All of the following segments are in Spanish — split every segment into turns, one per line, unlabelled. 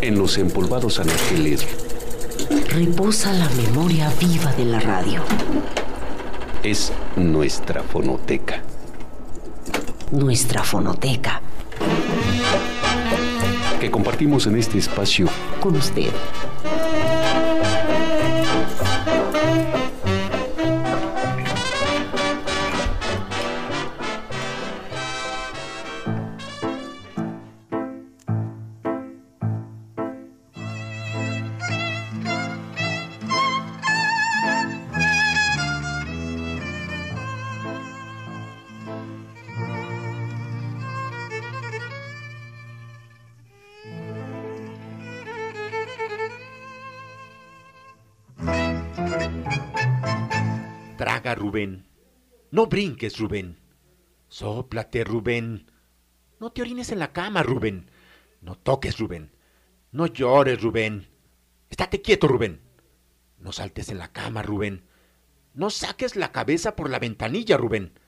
En los empolvados anaqueles
Reposa la memoria viva de la radio.
es nuestra fonoteca.
Nuestra fonoteca.
Que compartimos en este espacio
Con usted.
Traga, Rubén. No brinques, Rubén. Sóplate, Rubén. No te orines en la cama, Rubén. No toques, Rubén. No llores, Rubén. Estate quieto, Rubén. No saltes en la cama, Rubén. No saques la cabeza por la ventanilla, Rubén.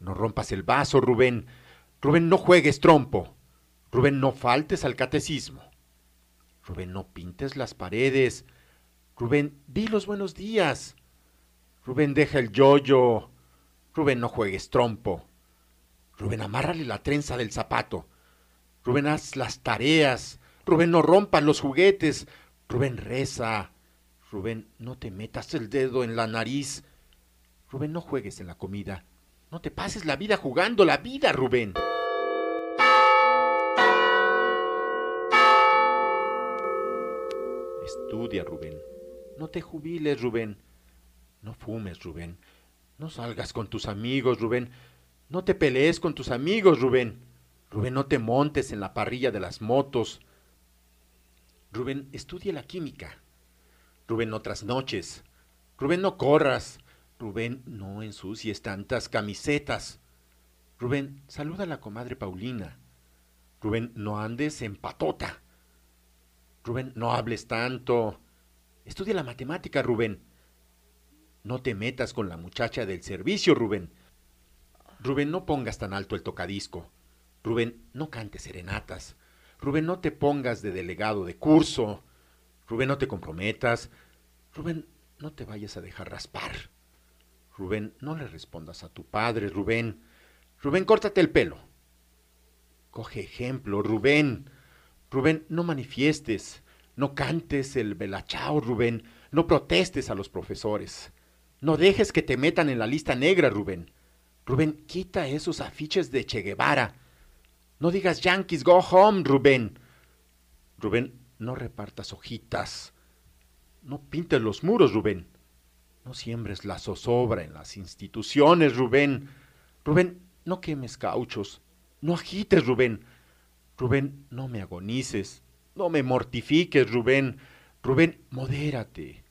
No rompas el vaso, Rubén. Rubén, no juegues trompo. Rubén, no faltes al catecismo. Rubén, no pintes las paredes. Rubén, di los buenos días. Rubén, deja el yoyo. Rubén, no juegues trompo. Rubén, amárrale la trenza del zapato. Rubén, haz las tareas. Rubén, no rompas los juguetes. Rubén, reza. Rubén, no te metas el dedo en la nariz. Rubén, no juegues en la comida. No te pases la vida jugando la vida, Rubén. Estudia, Rubén. No te jubiles, Rubén. No fumes, Rubén. No salgas con tus amigos, Rubén. No te pelees con tus amigos, Rubén. Rubén, no te montes en la parrilla de las motos. Rubén, estudia la química. Rubén, no trasnoches. Rubén, no corras. Rubén, no ensucies tantas camisetas. Rubén, saluda a la comadre Paulina. Rubén, no andes en patota. Rubén, no hables tanto. Estudia la matemática, Rubén. No te metas con la muchacha del servicio, Rubén. Rubén, no pongas tan alto el tocadisco. Rubén, no cantes serenatas. Rubén, no te pongas de delegado de curso. Rubén, no te comprometas. Rubén, no te vayas a dejar raspar. Rubén, no le respondas a tu padre, Rubén. Rubén, córtate el pelo. Coge ejemplo, Rubén. Rubén, no manifiestes, no cantes el belachao, Rubén, no protestes a los profesores. No dejes que te metan en la lista negra, Rubén. Rubén, quita esos afiches de Che Guevara. No digas Yankees, go home, Rubén. Rubén, no repartas hojitas. No pintes los muros, Rubén. No siembres la zozobra en las instituciones, Rubén. Rubén, no quemes cauchos. No agites, Rubén. Rubén, no me agonices, no me mortifiques, Rubén. Rubén, modérate.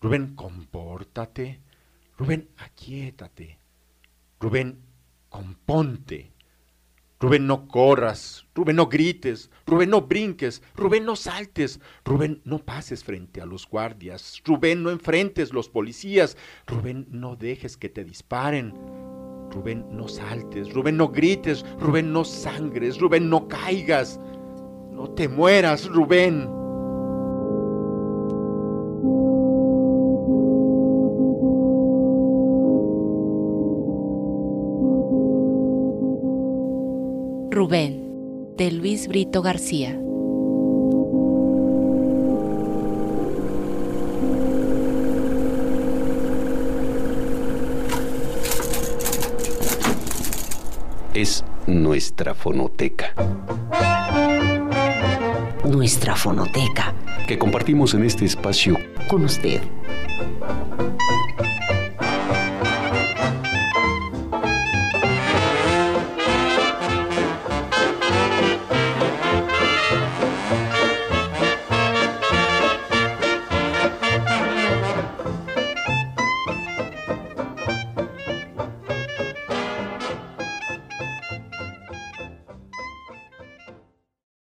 Rubén, compórtate. Rubén, aquietate. Rubén, componte. Rubén, no corras. Rubén, no grites. Rubén, no brinques. Rubén, no saltes. Rubén, no pases frente a los guardias. Rubén, no enfrentes los policías. Rubén, no dejes que te disparen. Rubén, no saltes. Rubén, no grites. Rubén, no sangres. Rubén, no caigas. No te mueras, Rubén.
Rubén, de Luis Brito García.
Es nuestra fonoteca.
Nuestra fonoteca.
Que compartimos en este espacio
Con usted.